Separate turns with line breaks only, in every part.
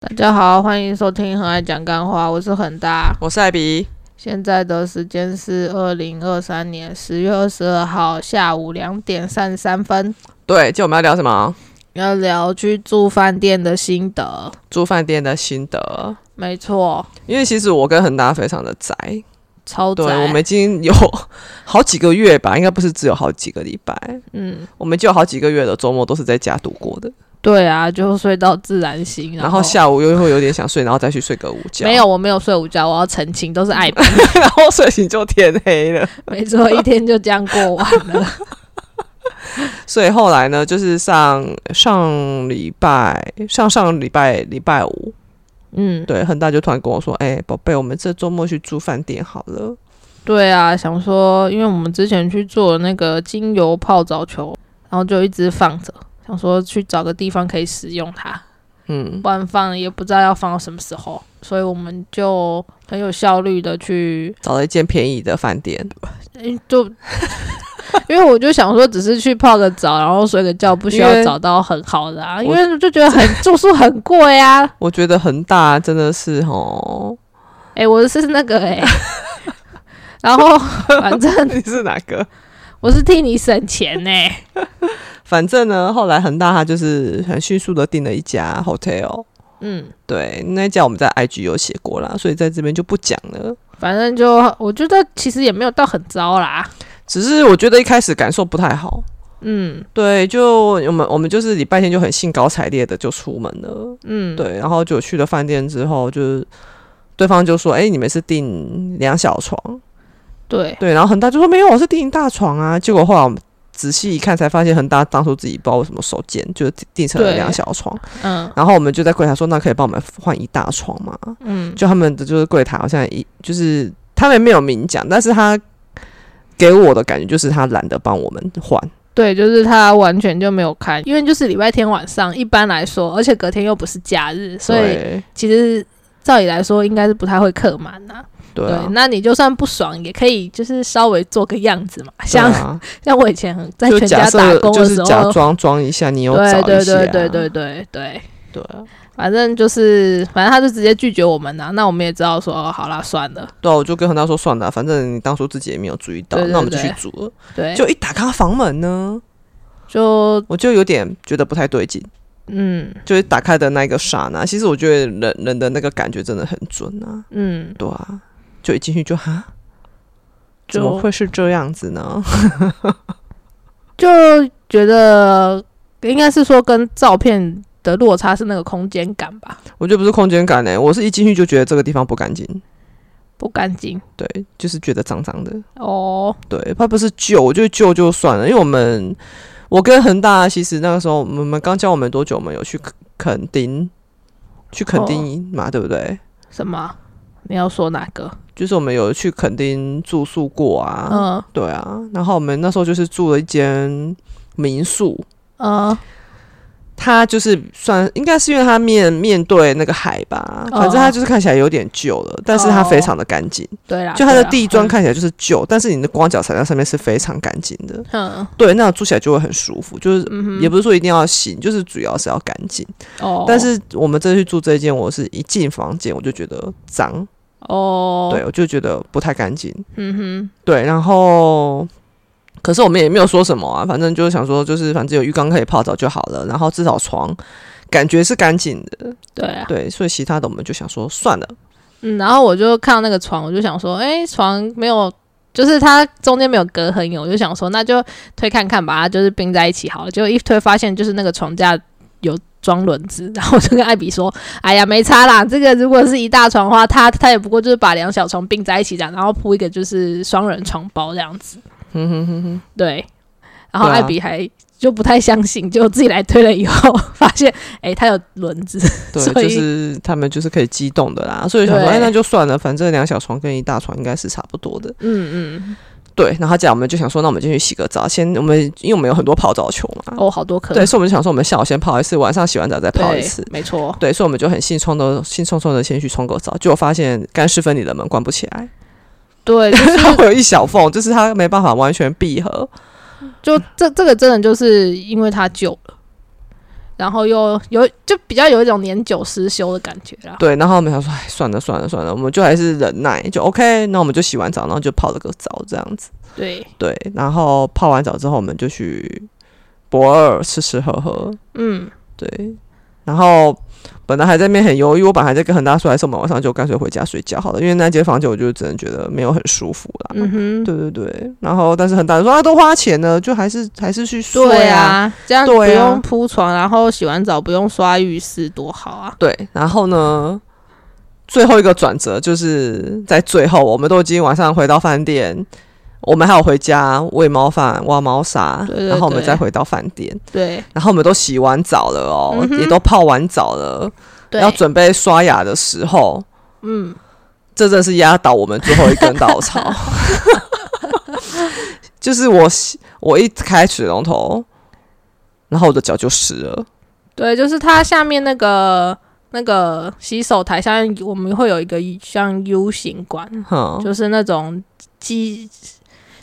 大家好，欢迎收听《很爱讲干话》，我是很大。
我是艾比，
现在的时间是二零二三年十月二十二号下午两点三十三分，
对，今天我们要聊什么？
要聊去住饭店的心得。
住饭店的心得。
没错，
因为其实我跟恒大非常的宅，
超
对
宅。
我们已经有 好几个月吧，应该不是只有好几个礼拜，
嗯，
我们就有好几个月的周末都是在家度过的，
对啊，就睡到自然醒，
然后下午又会有点想睡，然后再去睡个午觉，
没有，，我没有睡午觉，我要澄清，都是爱吧。
然后睡醒就天黑了。
没错，一天就这样过完了。
所以后来呢，就是上上礼拜、上上礼拜礼拜五，
嗯，
对，恒大就突然跟我说：“哎、宝贝，我们这周末去住饭店好了。”
对啊，想说，因为我们之前去做那个精油泡澡球，然后就一直放着，想说去找个地方可以使用它，
嗯，
不然放也不知道要放到什么时候，所以我们就很有效率的去，
找了一间便宜的饭店，
诶就 因为我就想说，只是去泡个澡，然后睡个觉，不需
因
要
为
找到很好的啊，因
我
为我就觉得很住宿很贵啊。
我觉得恒大真的是哦，
诶，我是那个诶， 然后反正
你是哪个？
我是替你省钱呢、
反正呢，后来恒大他就是很迅速的订了一家 hotel，
嗯，
对，那家我们在 IG 有写过啦，所以在这边就不讲了。
反正就我觉得其实也没有到很糟啦。
只是我觉得一开始感受不太好，
嗯
对，就我们我们就是礼拜天就很兴高采烈的就出门了，
嗯，，
对，然后就去了饭店之后，就是对方就说：“哎、你们是订两小床？”
对，
对，然后恒大就说没有，我是订大床啊。结果后来我们仔细一看，才发现恒大当初自己不知道为什么手贱，就订成了
对
两小床。
嗯
然后我们就在柜台说，那可以帮我们换一大床吗？
嗯，
就他们的就是柜台好像一就是他们没有明讲，但是他给我的感觉就是他懒得帮我们换。
对，就是他完全就没有看，因为就是礼拜天晚上，一般来说，而且隔天又不是假日，所以
对
其实照理来说应该是不太会客满呐、
对啊。
那你就算不爽，也可以就是稍微做个样子嘛，
对
像、
啊，
像我以前很在
就
全
假
家打
设
工
就
的
是
时
假
候，
装装一下，你有
对
找一
对
下
对
啊，
对对对对。
对啊
反正就是，反正他就直接拒绝我们呐、那我们也知道说，哦，好啦，算了，
对啊，我就跟恒大说算了，反正你当初自己也没有注意到，
对对
那我们就
对
去住了。
对，
就一打开他房门呢，
就
我就有点觉得不太对劲，
嗯
就是打开的那一个刹那，其实我觉得人人的那个感觉真的很准啊，
嗯，
对啊，就一进去就哈，怎么
就
会是这样子呢？
就觉得应该是说跟照片的落差是那个空间感吧，
我觉得不是空间感呢、欸我是一进去就觉得这个地方不干净，
不干净
对，就是觉得脏脏的，
哦，
对，它不是旧，我觉得旧就算了，因为我们我跟恒大其实那个时候我们刚交往没多久，我们有去垦垦丁，去垦丁嘛，对不对？
什么？你要说哪个？
就是我们有去垦丁住宿过啊，
嗯
对啊，然后我们那时候就是住了一间民宿，
嗯
它就是算应该是因为它面面对那个海吧，
哦
反正它就是看起来有点旧了，但是它非常的干净，
对啦，
就它的
对啦
地砖，看起来就是旧，但是你的光脚踩在上面是非常干净的，
嗯
对，那住起来就会很舒服，就是。
嗯哼，
也不是说一定要洗，就是主要是要干净。
哦，
但是我们这次去住这一间，我是一进房间我就觉得脏，
哦，
对，我就觉得不太干净。
嗯
对，然后可是我们也没有说什么啊，反正就是想说，就是反正有浴缸可以泡澡就好了，然后至少床感觉是干净的，
哼，对啊，
对，所以其他的我们就想说算了，
嗯，然后我就看到那个床，我就想说，哎、床没有，就是它中间没有隔很远，我就想说，那就推看看吧，就是并在一起好了。结果一推发现，就是那个床架有装轮子，然后我就跟艾比说，哎呀，没差啦，这个如果是一大床的话，它它也不过就是把两小床并在一起这样，然后铺一个就是双人床包这样子，
哼哼哼哼，
对。然后
对啊
艾比还就不太相信，结果自己来推了以后， 发现哎、它有轮子，
对，
所
就
以
是他们就是可以激动的啦，所以想说，
对
哎，那就算了，反正两小床跟一大床应该是差不多的，
嗯嗯，
对。然后这样我们就想说，那我们进去洗个澡，先我们因为我们有很多泡澡球嘛，
哦，好多颗，
对，所以我们就想说，我们下午先泡一次，晚上洗完澡再泡一
对
次，，
没错，
对，所以我们就很兴冲的、兴冲冲的先去冲个澡，结果发现干湿分离的门关不起来，
对，就是
它会有一小缝，就是它没办法完全闭合。
就这这个真的就是因为它旧了，然后又有就比较有一种年久失修的感觉啦。
对，然后我们想说，哎，算了算了算了，我们就还是忍耐，就 OK。那我们就洗完澡，然后就泡了个澡这样子。
对，
对，然后泡完澡之后，我们就去博尔吃吃喝喝。
嗯，
对，然后本来还在那边很犹豫，我本来还在跟恒大说，还是我们晚上就干脆回家睡觉好了，因为那间房间我就真的觉得没有很舒服啦。
嗯哼，
对对对，然后但是恒大说啊，都花钱了，就还是还是去睡
对
啊。
啊，这样不
对啊
用铺床，然后洗完澡不用刷浴室，多好啊！
对，然后呢，最后一个转折就是在最后，我们都已经晚上回到饭店，我们还有回家喂猫饭、挖猫砂，
对对
然后我们
对
再回到饭店，
对
然后我们都洗完澡了哦，
嗯哼
也都泡完澡了，
对，
要准备刷牙的时候，
嗯，
这真是压倒我们最后一根稻 草。就是我洗，我一开水龙头，然后我的脚就湿了。
对，就是它下面那个那个洗手台下面，我们会有一个像 U 型管，
哼，
就是那种积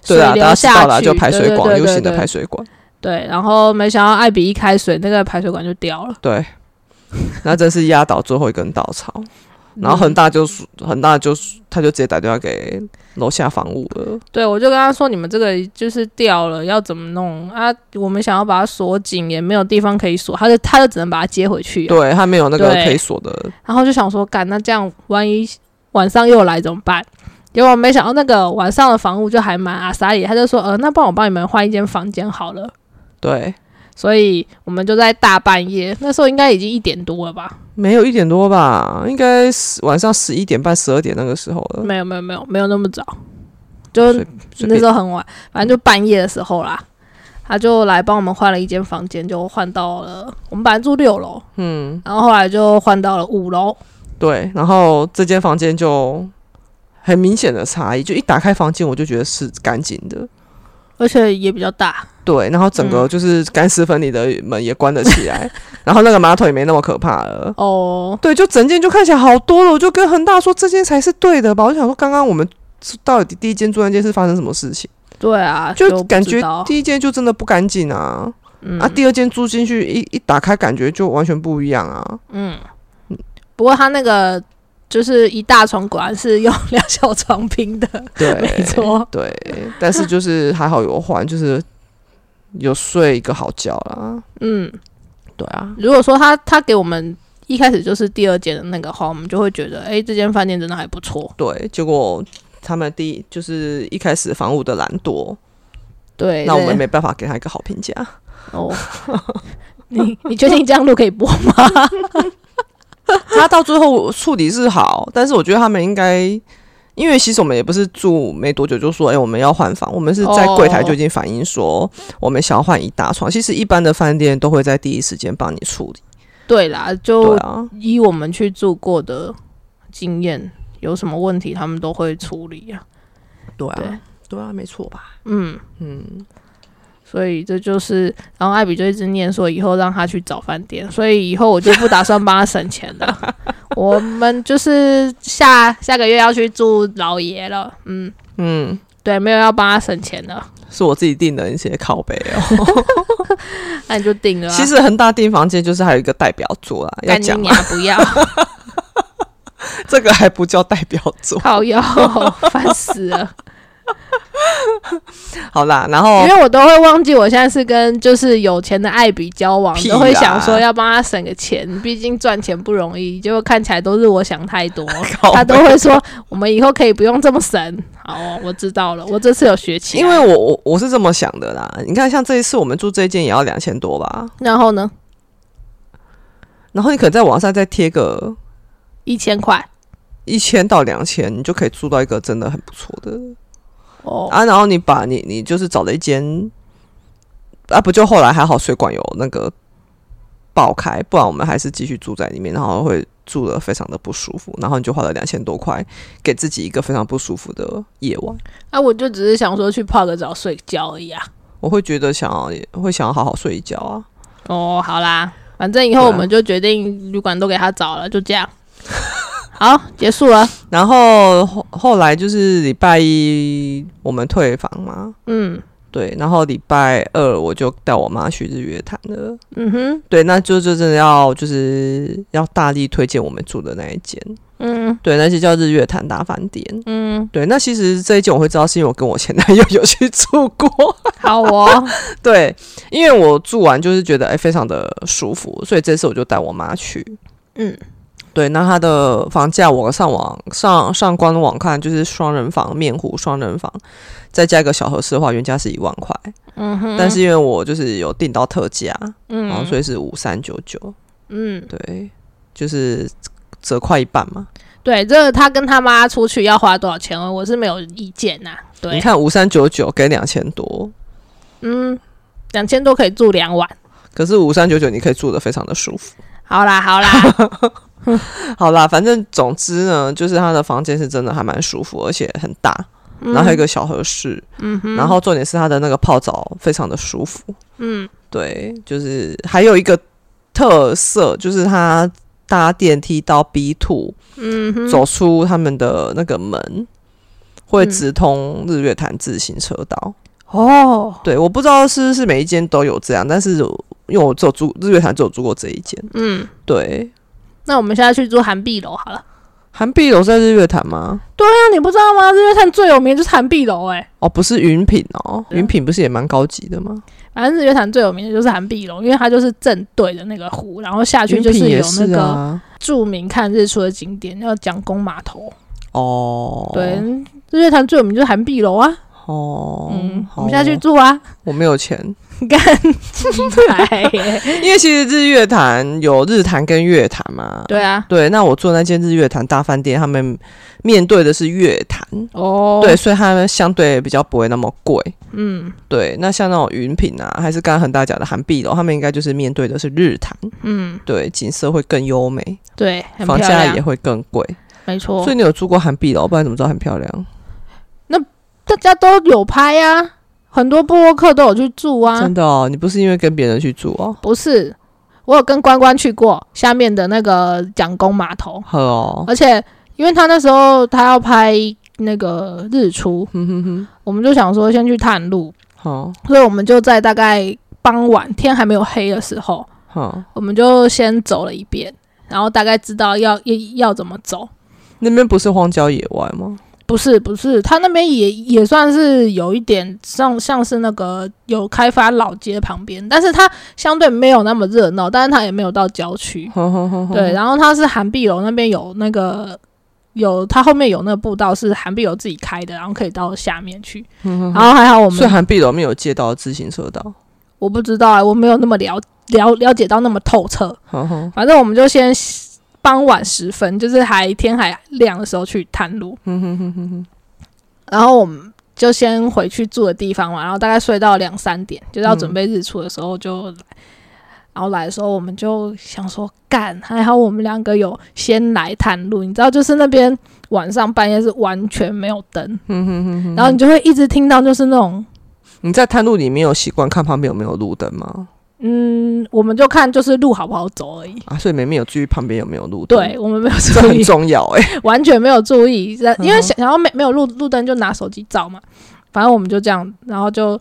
水
哦对啊，大
流
家知道
下
啦，
去，
就排水管
对
，U
对对
型的
对
排水管。
对，然后没想到艾比一开水，那个排水管就掉了。
对，那真是压倒最后一根稻草。然后恒
嗯
大就说恒大就说他就直接打电话给楼下房屋了，
对，我就跟他说：“你们这个就是掉了，要怎么弄啊？我们想要把它锁紧，也没有地方可以锁，他就他就只能把它接回去、啊。
对他没有那个
对
可以锁的，”
然后就想说：“干，那这样万一晚上又来怎么办？”结果没想到那个晚上的房务就还蛮阿萨里，他就说：“呃，那帮我帮你们换一间房间好了。
对，”
所以我们就在大半夜，那时候应该已经一点多了吧？
没有一点多吧，应该是晚上十一点半、十二点那个时候了，
没有没有没有没有那么早，就
随随
嗯那
便
时候很晚，反正就半夜的时候啦，他就来帮我们换了一间房间，就换到了我们本来住六楼，
嗯
然后后来就换到了五楼。
对，然后这间房间就很明显的差异，就一打开房间我就觉得是干净的，
而且也比较大，
对，然后整
嗯
个就是干湿分离的门也关得起来， 然后那个马桶也没那么可怕了。
哦，
对，就整间就看起来好多了。我就跟恒大说，这间才是对的吧。我就想说，刚刚我们到底第一间住那间是发生什么事情？
对啊，就
就感
不知
觉
道
第一间就真的不干净啊、
嗯
啊！第二间住进去一一打开，感觉就完全不一样啊。
嗯，不过他那个就是一大床，果然是用两小床拼的，
对，
没错，
对。但是就是还好有换，就是有睡一个好觉啦。
嗯，
对啊，
如果说他他给我们一开始就是第二间的那个话，我们就会觉得，哎，这间饭店真的还不错，
对。结果他们第一就是一开始房务的懒惰，
对，
那我
对
们没办法给他一个好评价。
哦， 你你确定这样录可以播吗？
他到最后处理是好，但是我觉得他们应该，因为其实我们也不是住没多久就说，哎、我们要换房，我们是在柜台就已经反映说我们想要换一大床。其实一般的饭店都会在第一时间帮你处理。
对啦，
对
就
啊，
依我们去住过的经验，有什么问题他们都会处理啊。
对啊，
对
对啊，没错吧？
嗯，
嗯，
所以这就是，然后艾比就一直念说以后让他去找饭店，所以以后我就不打算帮他省钱 了。我们就是下下个月要去住老爷了，嗯
嗯，
对，没有要帮他省钱了，
是我自己订的一些靠背哦。
那你就定了、啊。
其实恒大订房间就是还有一个代表作啦，要
干你
讲吗啊
娘不要
这个还不叫代表 作。
靠腰，烦死了。
好啦，然后
因为我都会忘记我现在是跟就是有钱的艾比交往，
屁啦
都会想说要帮他省个钱，毕竟赚钱不容易。结果看起来都是我想太 多，
靠背
他都会说我们以后可以不用这么省。好、哦，我知道了，我这次有学起来。
因为我我我是这么想的啦，你看像这一次我们住这一间也要两千多吧，
然后呢，
然后你可能在网上再贴个
一千块
一千到两千，你就可以租到一个真的很不错的
哦，
啊。然后你把你你就是找了一间啊，不就后来还好水管有那个爆开，不然我们还是继续住在里面，然后会住的非常的不舒服。然后你就花了两千多块，给自己一个非常不舒服的夜晚。
啊，我就只是想说去泡个澡睡觉而已啊。
我会觉得想要会想要好好睡一觉啊。
哦，好啦，反正以后
对啊
我们就决定旅馆都给他找了，就这 样。好，结束了。
然后后后来就是礼拜一我们退房嘛，
嗯，
对，然后礼拜二我就带我妈去日月潭了。
嗯哼，
对，那就就真的要就是要大力推荐我们住的那一间，
嗯
对，那间叫日月潭大饭店。
嗯，
对，那其实这一间我会知道，是因为我跟我前男友 有去住过。
好 哦，
对，因为我住完就是觉得哎、非常的舒服，所以这次我就带我妈去。
嗯，
对，那它的房价我上网上上官网看，就是双人房、面湖双人房，再加一个小合适的话，原价是一万块，
嗯哼，
但是因为我就是有订到特价，然后
嗯
所以是五三九九，
嗯，
对，就是折快一半嘛。
对，这个他跟他妈出去要花多少钱，我是没有意见呐、
你
对，
看五三九九给两千多，
嗯，两千多可以住两晚。
可是五三九九你可以住的非常的舒服。
好啦好啦，
好啦，反正总之呢，就是他的房间是真的还蛮舒服，而且很大， 然后还有一个小和室，
嗯哼，
然后重点是他的那个泡澡非常的舒服，
嗯
对，就是还有一个特色就是他搭电梯到 B two、
嗯嗯哼，
走出他们的那个门。会直通日月潭自行车道，
哦，
对，我不知道是不是每一间都有这样，但是我因为我只有住日月潭，只有住过这一间，
嗯，
对，
那我们现在去住韩碧楼好了。啊
韩碧楼是在日月潭吗？
那你不知道吗？日月潭最有名就是韩碧楼，哎，
哦，不是云品哦，
对啊
云品不是也蛮高级的吗？
反正日月潭最有名的就是韩碧楼，因为它就是正对的那个湖，然后下去
云
就
品
有
也
那
是
个
啊。
著名看日出的景点，叫蒋公码头。
哦，
对，，日月潭最有名就是韩碧楼啊。
哦，
嗯，我
好
们下去
哦
住啊，
我没有钱，
干鸡排。
因为其实日月潭有日潭跟月潭嘛。
对啊，
对，那我住的那间日月潭大饭店，他们面对的是月潭，
哦，
对，，所以他们相对比较不会那么贵。
嗯
对，那像那种云品啊，还是刚刚很大讲的韩碧楼，他们应该就是面对的是日潭，
嗯，
对，景色会更优美，
对，很漂
房价也
亮，哦
会更贵。
没错
所以，你有住过韩碧楼，不然怎么知道很漂亮？
大家都有拍啊，很多部落客都有去住啊
真。的哦，你不是因为跟别人去住哦？
不是，我有跟关关去过下面的那个蒋公码头，
呵哦，
而且因为他那时候他要拍那个日出，
哼哼哼，
我们就想说先去探路，
好
所以我们就在大概傍晚天还没有黑的时候，
好，
我们就先走了一遍，然后大概知道要要要怎么走。
那边不是荒郊野外吗？
不是不是，他那边也也算是有一点像像是那个有开发老街旁边，但是它相对没有那么热闹，但是它也没有到郊区。
呵呵呵呵
对，，然后它是韩碧楼那边有那个有，它后面有那个步道是韩碧楼自己开的，然后可以到下面去。然后还好我
所以
们
韩碧楼没有借到自行车道，
我不知道啊、我没有那么了了了解到那么透彻。
呵呵，
反正我们就先傍晚时分，就是还天还亮的时候去探路。
哼哼哼哼哼，
然后我们就先回去住的地方嘛，然后大概睡到两三点，就是要
嗯
准备日出的时候就来。然后来的时候，我们就想说，干，还好我们两个有先来探路，你知道，就是那边晚上半夜是完全没有灯，
哼哼哼哼
然后你就会一直听到就是那种，
你在探路里面有习惯看旁边有没有路灯吗？
嗯，我们就看就是路好不好走而已。
啊，所以没没有注意旁边有没有路灯，
对，，我们没有
这
注
很
意，
重要哎、
完全没有注意，然因为
嗯哼
想然后没没有路路灯就拿手机照嘛，反正我们就这样，然后就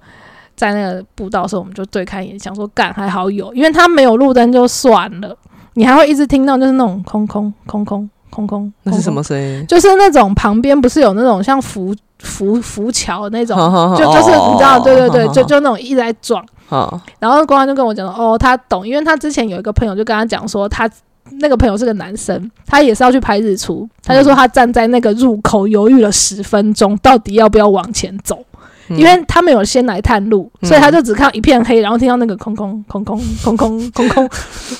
在那个步道的时候，我们就对看一眼，想说干还好有，因为它没有路灯就算了，你还会一直听到就是那种空空空空空空，
那是什
空
么声音
空？？就是那种旁边不是有那种像浮浮浮桥那种，
就
就就是
哦
你知道，对对对，就就那种一直在撞。
好，
然后关关就跟我讲说，哦，他懂，因为他之前有一个朋友就跟他讲说，他那个朋友是个男生，他也是要去拍日
嗯
出，他就说他站在那个入口犹豫了十分钟，到底要不要往前走。
嗯
因为他们有先来探路，
嗯
所以他就只看到一片黑，然后听到那个空空空空空空空空，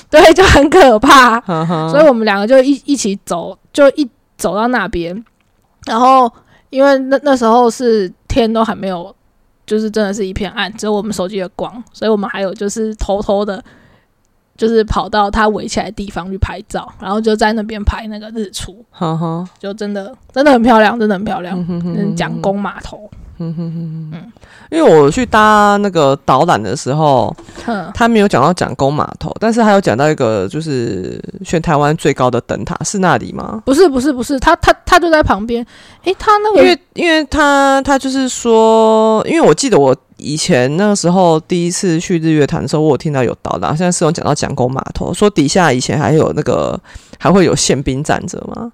对，就很可怕。
呵呵
所以我们两个就一一起走，就一走到那边，然后因为那那时候是天都还没有，就是真的是一片暗，只有我们手机的光，所以我们还有就是偷偷的，就是跑到它围起来的地方去拍照，然后就在那边拍那个日出，
呵呵，嗯
就真的真的很漂亮，真的很漂亮，
哼哼
嗯，蒋公码头，
因为我去搭那个导览的时候，
哼，
他没有讲到蒋公码头，但是他有讲到一个就是全台湾最高的灯塔，是那里吗？
不是不是不是，他他他就在旁边。诶，他那
因
个
为因为他他就是说，因为我记得我以前那个时候第一次去日月潭的时候，我有听到有导览，现在是有讲到蒋公码头，说底下以前还有那个还会有宪兵站着嘛，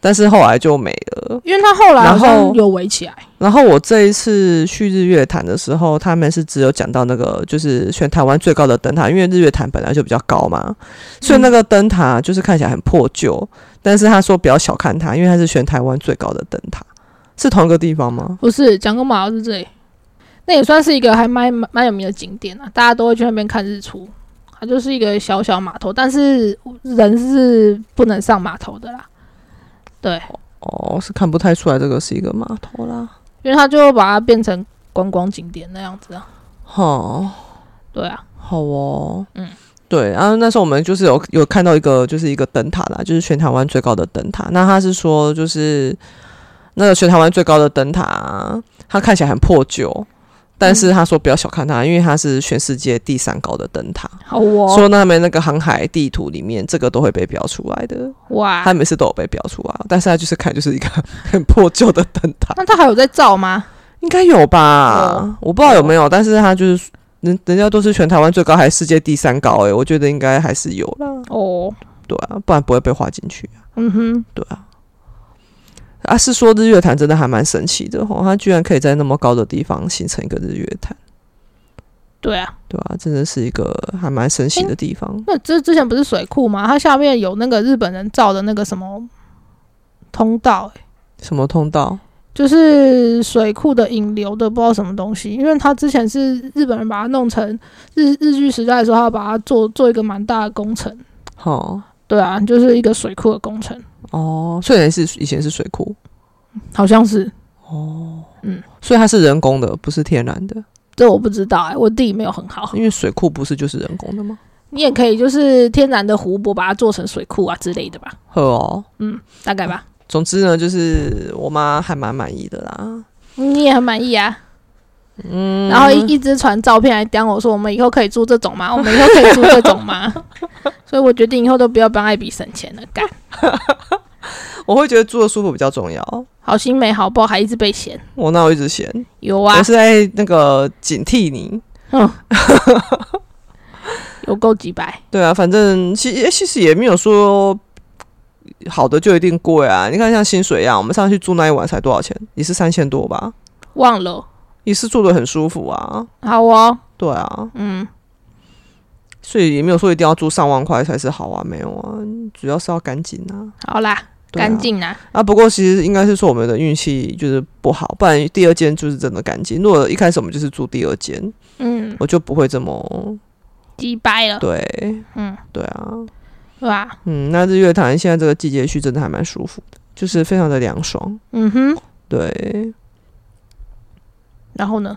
但是后来就没了。
因为他后来好
然后
像有围起来，
然后我这一次去日月潭的时候，他们是只有讲到那个就是全台湾最高的灯塔，因为日月潭本来就比较高嘛，所以那个灯塔就是看起来很破旧，但是他说不要小看它，因为它是全台湾最高的灯塔，是同一个地方吗？
不是蒋公码头是这里，那也算是一个还蛮蛮蛮有名的景点啊，大家都会去那边看日出。它就是一个小小码头，但是人是不能上码头的啦。对，
哦，是看不太出来这个是一个码头啦。
因为它就把它变成观光景点那样子啊。
哦，
对啊，
好哦，
嗯
嗯，对。然、后那时候我们就是有有看到一个就是一个灯塔啦，就是全台湾最高的灯塔。那他是说就是那个全台湾最高的灯塔，它看起来很破旧。但是他说不要小看它，因为它是全世界第三高的灯塔。
好哦，
说那边那个航海地图里面，这个都会被标出来的。
哇
它，每次都有被标出来，但是它就是看就是一个 很破旧的灯塔。
那它还有在造吗？
应该有吧，
有
我不知道有没有，但是他就是人人家都是全台湾最高，还是世界第三高、欸，我觉得应该还是有啦，
哦，
对啊，不然不会被划进去啊，
嗯哼，
对啊。啊，是说日月潭真的还蛮神奇的哦，它居然可以在那么高的地方形成一个日月潭，
对啊，
对啊，真的是一个还蛮神奇的地方。
那之之前不是水库吗？它下面有那个日本人造的那个什么通道、欸
什么通道？
就是水库的引流的不知道什么东西，因为它之前是日本人把它弄成日日据时代的时候，他把它做做一个蛮大的工程，
哦
对啊，就是一个水库的工程，
哦，虽然是以前是水库，
好像是，
所以它是人工的，不是天然的，
这我不知道哎、我地理没有很好，
因为水库不是就是人工的吗？
你也可以就是天然的湖泊把它做成水库啊之类的吧，
呵哦，
大概 吧，
总之呢，就是我妈还蛮满意的啦。
你也很满意啊。嗯，然后一一直传照片来刁我说，我们以后可以住这种 吗？我们以后可以住这种吗？所以我决定以后都不要帮艾比省钱了，干，
我会觉得住的舒服比较重要。
好心没好报还一直被嫌，
我那我一直嫌，
有啊
我，是在那个警惕你。
嗯，有够几百，
对啊，反正其实其实也没有说好的就一定贵啊。你看像薪水一样，我们上去住那一晚才多少钱？也是三千多吧，
忘了，
也是住的很舒服啊。
好哦，
对啊，
嗯，
所以也没有说一定要住上万块才是好啊，没有啊，主要是要干净啊。
好啦，
对啊
干净啊，
啊，不过其实应该是说我们的运气就是不好，不然第二间就是真的干净。如果一开始我们就是住第二间，
嗯，
我就不会这么
几百了，
对，
嗯，
对啊。
对吧？
嗯，那日月潭现在这个季节去真的还蛮舒服的，就是非常的凉爽。
嗯哼，
对，
然后呢？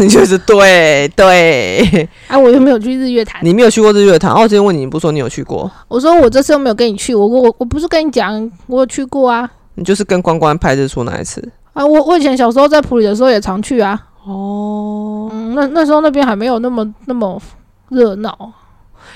你就是对对，
哎、我又没有去日月潭，啊
你没有去过日月潭哦。我之前问你，你不是说你有去过？
我说我这次又没有跟你去，我我我不是跟你讲我有去过啊
你就是跟关关拍日出那一次
啊！我我以前小时候在普里的时候也常去啊，
哦。
嗯，那那时候那边还没有那么那么热闹，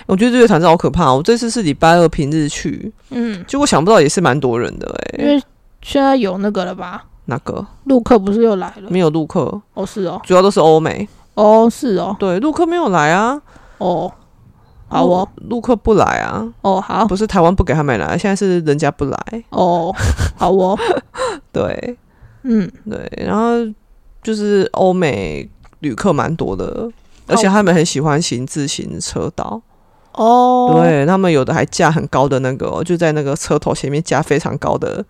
我觉得日月潭真的好可怕哦、我这次是礼拜二平日去，
嗯，
结果想不到也是蛮多人的哎、
因为现在有那个了吧？
那个
陆客不是又来了？
没有陆客，
哦，是哦，
主要都是欧美。
哦，是哦，
对，陆客没有来啊，
哦，好哦，
陆客不来啊，
哦，好，
不是台湾不给他们来，现在是人家不来。
哦，好 哦，
对，
嗯，
对，然后就是欧美旅客蛮多的，而且他们很喜欢行自行车道。
哦，，
对他们有的还架很高的那个哦、就在那个车头前面架非常高的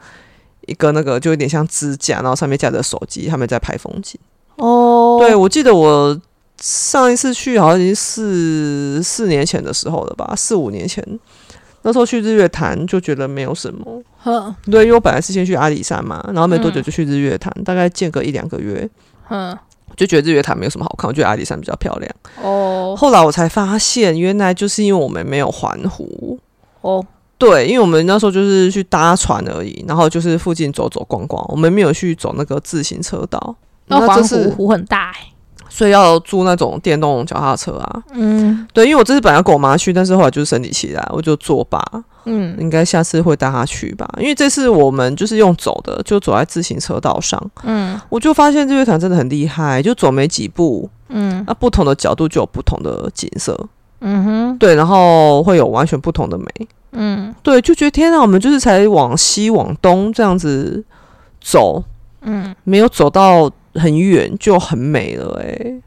一个那个，就有点像支架，然后上面架着手机，他们在拍风景。
哦，
对，我记得我上一次去好像已经四四年前的时候了吧，四五年前。那时候去日月潭就觉得没有什么，
哼，
对，因为我本来是先去阿里山嘛，然后没多久
嗯
就去日月潭，大概间隔一两个月，
哼，
就觉得日月潭没有什么好看，我觉得阿里山比较漂亮。
哦，
后来我才发现，原来就是因为我们没有环湖，
哦，
对，因为我们那时候就是去搭船而已，然后就是附近走走逛逛，我们没有去走那个自行车道。
那
那
环
这
湖
是
湖很大、欸，
所以要租那种电动脚踏车啊。
嗯
对，因为我这次本来要跟我妈去，但是后来就是身体起来，我就作罢。
嗯
应该下次会带她去吧，因为这次我们就是用走的，就走在自行车道上，
嗯
我就发现日月潭真的很厉害，就走没几步，啊
嗯
那不同的角度就有不同的景色，
嗯哼
对，然后会有完全不同的美，
嗯
对，就觉得天啊，我们就是才往西往东这样子走，
嗯，
没有走到很远就很美了、欸，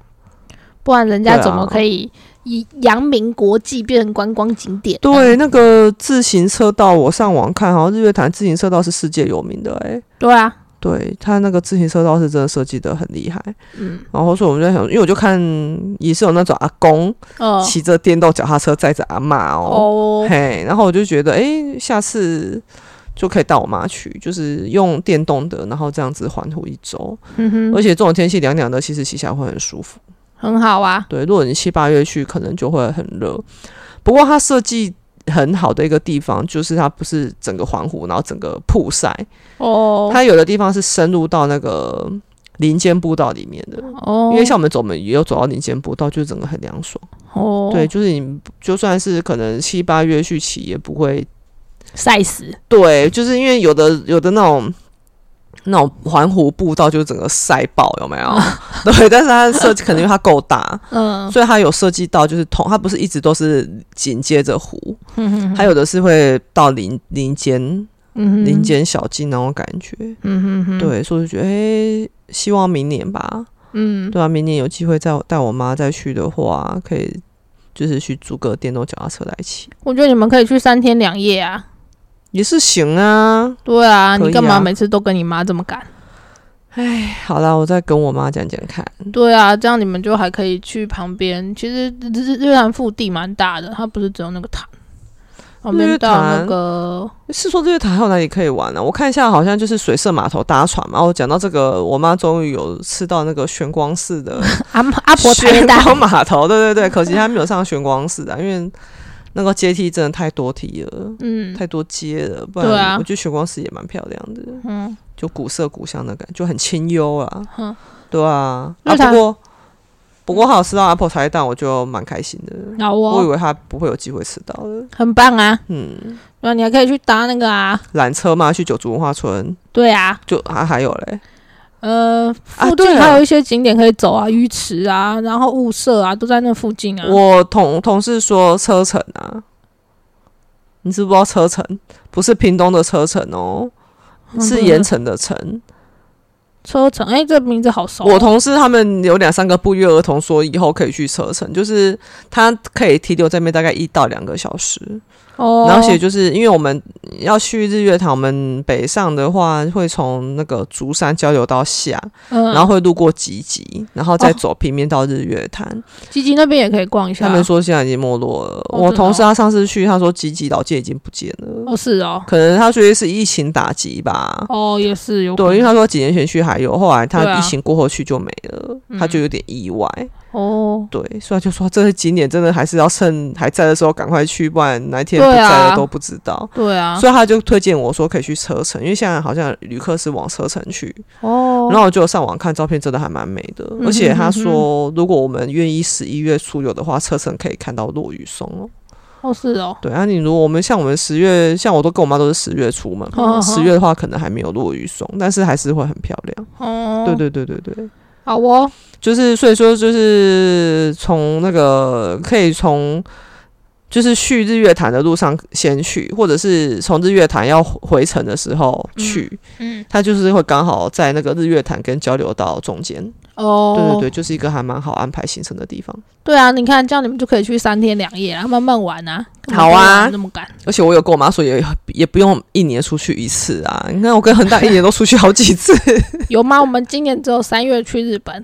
不然人家
对啊
怎么可以以扬名国际变成观光景点？
对，那个自行车道，我上网看，好像日月潭自行车道是世界有名的、欸，
对啊，
对，它那个自行车道是真的设计的很厉害，
嗯
然后所以我们就在想，因为我就看也是有那种阿公
哦
骑着电动脚踏车载着阿妈哦，
哦，
嘿，然后我就觉得，哎，下次就可以带我妈去，就是用电动的，然后这样子环湖一周，
嗯
而
哼，
且这种天气凉凉的，其实骑起来会很舒服。
很好啊，
对，如果你七八月去，可能就会很热。不过它设计很好的一个地方，就是它不是整个环湖，然后整个曝晒，
哦
它有的地方是深入到那个林间步道里面的。
哦，
因为像我们走，我们也有走到林间步道，就是整个很凉爽。
哦
对，就是你就算是可能七八月去骑，也不会。
晒死，
对，就是因为有的有的那种那种环湖步道，就是整个晒爆，有没有？ 对，但是它设计可能因为它够大，
嗯
所以它有设计到，就是同它不是一直都是紧接着湖，
哼哼
还有的是会到林林间
嗯哼
林，间小径那种感觉。
嗯哼哼，
对，所以我就觉得，诶，希望明年吧，
嗯
对啊，明年有机会再带我妈再去的话，可以就是去租个电动脚踏车来骑，
我觉得你们可以去三天两夜啊。
也是行啊。
对啊，
可
你
以
干嘛
啊
每次都跟你妈这么赶？
好啦，我再跟我妈讲讲看。
对啊，这样你们就还可以去旁边。其实日日日坛腹地蛮大的，它不是只有那个潭，旁边到那个
是说日月潭还有哪里可以玩啊呢、我看一下，好像就是水社码头搭船嘛。我哦讲到这个，我妈终于有吃到那个玄光寺的
阿嬷阿婆台
玄
大。
光码头，对对对，可惜她没有上玄光寺啊，因为那个阶梯真的太多梯了。
嗯
太多街了，不
对啊
然我觉得玄光寺也蛮漂亮的，
嗯，
就古色古香的感觉，就很清幽啊。
嗯
对啊，
那
啊
它
不过不过好吃到 Apple 茶叶蛋，我就蛮开心的。
好
我以
哦，
为他不会有机会吃到的。
很棒啊。
嗯，
那你还可以去搭那个啊。
缆车嘛，去九族文化村，
对啊，
就还、啊、还有嘞，
呃，附
啊
近
对了
还有一些景点可以走啊，鱼池啊，然后雾社啊，都在那附近啊。
我同同事说车城啊，你知不知道车城？不是屏东的车城哦，
嗯
是盐城的城。
车程，哎，这名字好熟哦。
我同事他们有两三个不约而同说以后可以去车城，就是他可以停留在那边大概一到两个小时，
哦，
然后其实就是因为我们要去日月潭，我们北上的话会从那个竹山交流到下，
嗯，
然后会路过集集，然后再
哦
走平面到日月潭。
吉吉那边也可以逛一下。
他们说现在已经没落了。
啊哦
我
真的
同事他上次去，他说集集老街已经不见了，
哦是哦，
可能他觉得是疫情打击吧。
哦也是有可
对，因
能
为他说几年前去还有，后来
对
他
啊
疫情过后去就没了，
嗯
他就有点意外。
哦，
对，所以他就说这景点真的还是要趁还在的时候赶快去，不然哪一天不
对啊
在了都不知道。
对啊，
所以他就推荐我说可以去车城，因为现在好像旅客是往车城去，
哦，嗯
然后我就上网看照片，真的还蛮美的。
哼
而且他说，如果我们愿意十一月出游的话，车城可以看到落雨松哦。
哦是哦，
对啊，你如果我们像我们十月，像我都跟我妈都是十月出门
哦哦
嘛，十月的话可能还没有落雨松，但是还是会很漂亮。
哦，
对，对对对对，
好哦，
就是所以说就是从那个可以从。就是去日月潭的路上先去，或者是从日月潭要回程的时候去，
嗯，
它就是会刚好在那个日月潭跟交流道中间，
哦，
对对对，就是一个还蛮好安排行程的地方。
对啊，你看这样你们就可以去三天两夜啊，慢慢玩啊，干嘛
好啊
跟我那么赶，
而且我有跟我妈说也，也不用一年出去一次啊。你看我跟恒大一年都出去好几次，
有吗？我们今年只有三月去日本，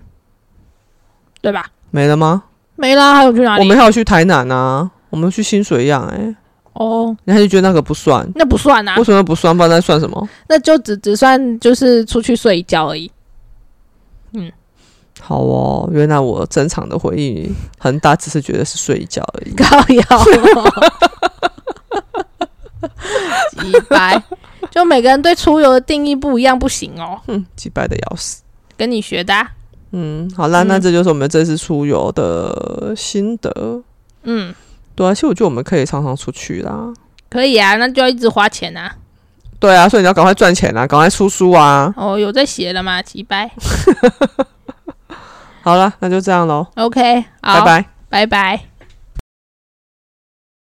对吧？
没了吗？
没啦，还有去哪
我
里？
们还有去台南啊，我们去新水样哎、
哦，
你还是觉得那个不算？
那不算啊
为，什么不算？不然那算什么？
那就只只算就是出去睡一觉而已。
好哦，原来我正常的回忆恒大只是觉得是睡一觉而已。
高腰。掰，就每个人对出游的定义不一样，不行哦，
哼，击败的要死。
跟你学的啊、
嗯，好啦，那
嗯
这就是我们这次出游的心得。
嗯，
对啊，其实我觉得我们可以常常出去啦。
可以啊，那就要一直花钱啊。
对啊，所以你要赶快赚钱啊，赶快出书啊。
哦，有在写了吗？几掰
好了，那就这样喽，
，OK，
拜
好，
拜。
拜拜。